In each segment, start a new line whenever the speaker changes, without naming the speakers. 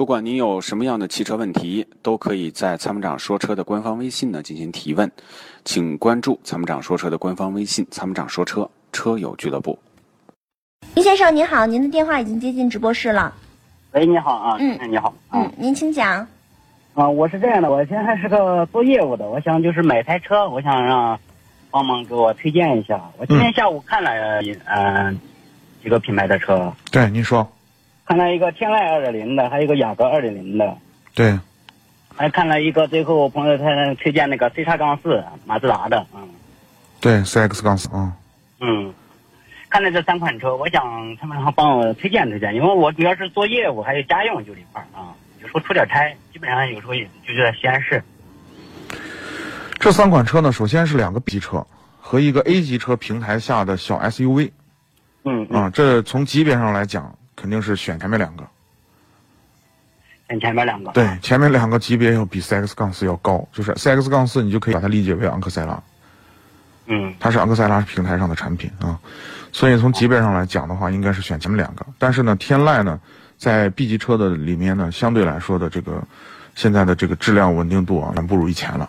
不管您有什么样的汽车问题，都可以在参谋长说车的官方微信呢进行提问，请关注参谋长说车的官方微信“参谋长说车车友俱乐部
于先生您好，您的电话已经接进直播室了。
喂，你好啊，
嗯
先生你好啊、
嗯，您请讲。
啊，我是这样的，我现在是个做业务的，我想就是买台车，我想让帮忙给我推荐一下。我今天下午看了嗯、呃几个品牌的车，
对，您说，
看了一个天籁二点零的，还有一个雅阁二点零的，
对，
还看了一个最后朋友他推荐那个 C 叉杠四马自达的，嗯
对，CX 杠四啊，
嗯。看了这三款车，我想他们让帮我推荐推荐，因为我主要是做业务，还有家用就这块儿啊。有时候出点差，基本上有时候也就是在西安市。
这三款车呢，首先是两个 B 级车和一个 A 级车平台下的小 SUV
嗯嗯。
啊，这从级别上来讲，肯定是选前面两个。
选前面两个。
对，前面两个级别要比 CX 杠四要高，就是 CX 杠四你就可以把它理解为昂克赛拉，
嗯
它是昂克赛拉平台上的产品啊，所以从级别上来讲的话，应该是选前面两个。但是呢，天籁呢，在 B 级车的里面呢，相对来说的这个现在的这个质量稳定度啊，远不如以前了。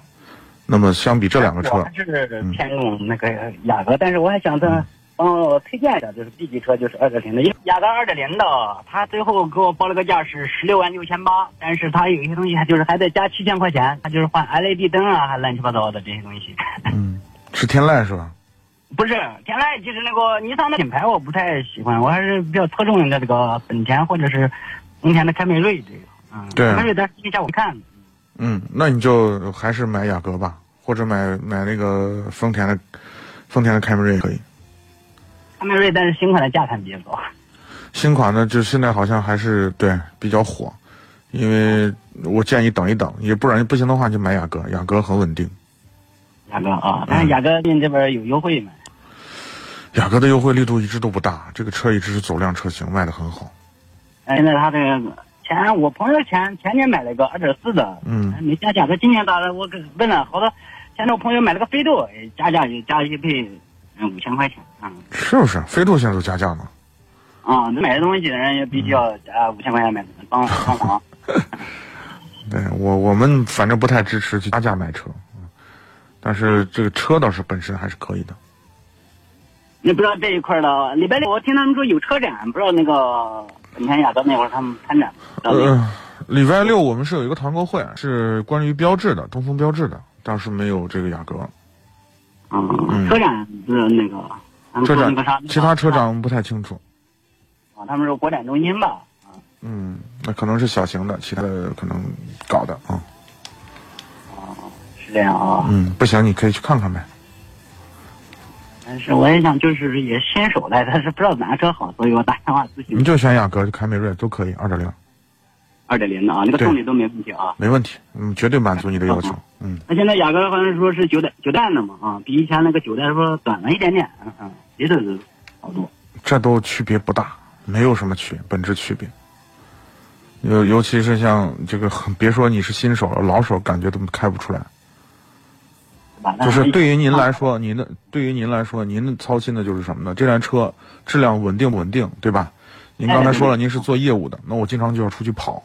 那么相比这两个车，嗯
我还是偏重那个雅阁，但是我还想再帮我推荐一下，就是 B 级车，就是二点零的。因为雅阁二点零的，它最后给我报了个价是十六万六千八，但是它有一些东西还就是还得加七千块钱，它就是换 LED 灯啊，还乱七八糟的这些东西。
嗯，是天籁是吧？
不是，天籁就是那个尼桑的品牌，我不太喜欢，我还是比较侧重的这个本田或者是丰田的凯美瑞这个。嗯，
对
凯美瑞在私下我看，
嗯，那你就还是买雅阁吧，或者买买那个丰田的丰田的凯美瑞也可以。
凯美瑞但是新款的价钱比较高。
新款呢，就现在好像还是对比较火，因为我建议等一等，也不然不行的话就买雅阁，雅阁很稳定。
雅阁
嗯
啊，但是雅阁店这边有优惠嘛？
雅阁的优惠力度一直都不大，这个车一直是走量车型，卖的很好。
现在它这个前我朋友前前年买了一个二点四的，哎
嗯
没加价。他今年打了，我给问了好多，前头我朋友买了个飞度，哎加价也加一倍，嗯，五千块钱啊
是不是？飞度现在都加价呢。
啊！你买的东西人也必须
嗯
要加五千块钱买，帮帮忙。
对我我们反正不太支持去加价买车，嗯但是这个车倒是本身还是可以的。
你不知道这一块儿的，礼拜六我听他们说有车展，不知道那个本田雅阁那会儿他们参展，不知道那个
呃，礼拜六我们是有一个团购会，是关于标志的，东风标志的，当时没有这个雅阁。
嗯，车展是那个，他们
车
说那
展
个啥，，
其他车展我们不太清楚。
啊，他们说国展中心吧。
嗯，那可能是小型的，其他的可能搞的啊。
是这样啊，
嗯，不行，你可以去看看呗。
但是我也想就是也新手来，但是不知道哪个车好，所以我打电话咨
你
询
就选雅阁、凯美瑞都可以，二点零
二点零的啊，那个
对
动力都没问题啊。
没问题，嗯，绝对满足你的 要求。嗯，
那现在雅阁好像说是九代九代的嘛啊，比以前那个九代说短了一点点，嗯嗯，别的都好多。
这都区别不大，没有什么区本质区别。尤尤其是像这个， 别说你是新手了，老手感觉都开不出来。
对吧？那
就是对于您来
啊，
说，您的对于您来说，您操心的就是什么呢？这辆车质量稳定不稳定，对吧？您刚
哎
才说了，您是做业务的，那我经常就要出去跑，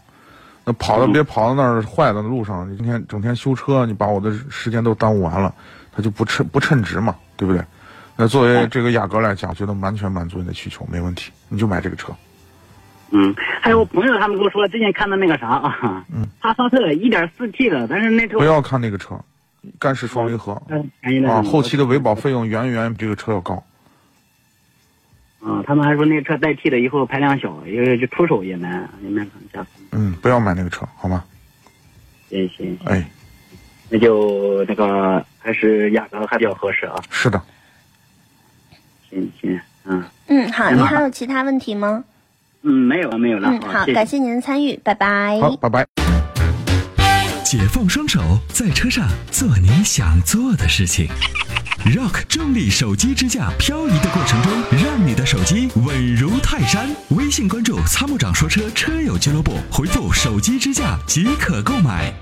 那跑
嗯
到别跑到那儿坏了，路上你今天整天修车，你把我的时间都耽误完了，它就不称不称职嘛，对不对？那作
哎
为这个雅阁来讲，我觉得完全满足你的需求，没问题，你就买这个车。
嗯，还有我朋友他们跟我说，最近看到那个啥啊，
嗯
帕萨特一点四 T 的，但是那车
不要看那个车，干式双离合
嗯便宜的
啊，后期的维保费用远远比这个车要高。
啊，他们还说那车代替了以后排量小，因为就出手也难，也难下手。
嗯，不要买那个车，好吗？
行行，
哎，
那就那个还是雅阁还比较合适啊。
是的。
行行，嗯
嗯，好，您还有其他问题吗？
嗯，没有了没有了，
嗯，好，
谢谢
感谢您的参与，拜
哎
拜。
好，拜拜。
解放双手，在车上做你想做的事情。Rock 重力手机支架漂移的过程中，让你的手机稳如泰山。微信关注“参谋长说车”车友俱乐部，回复“手机支架”即可购买。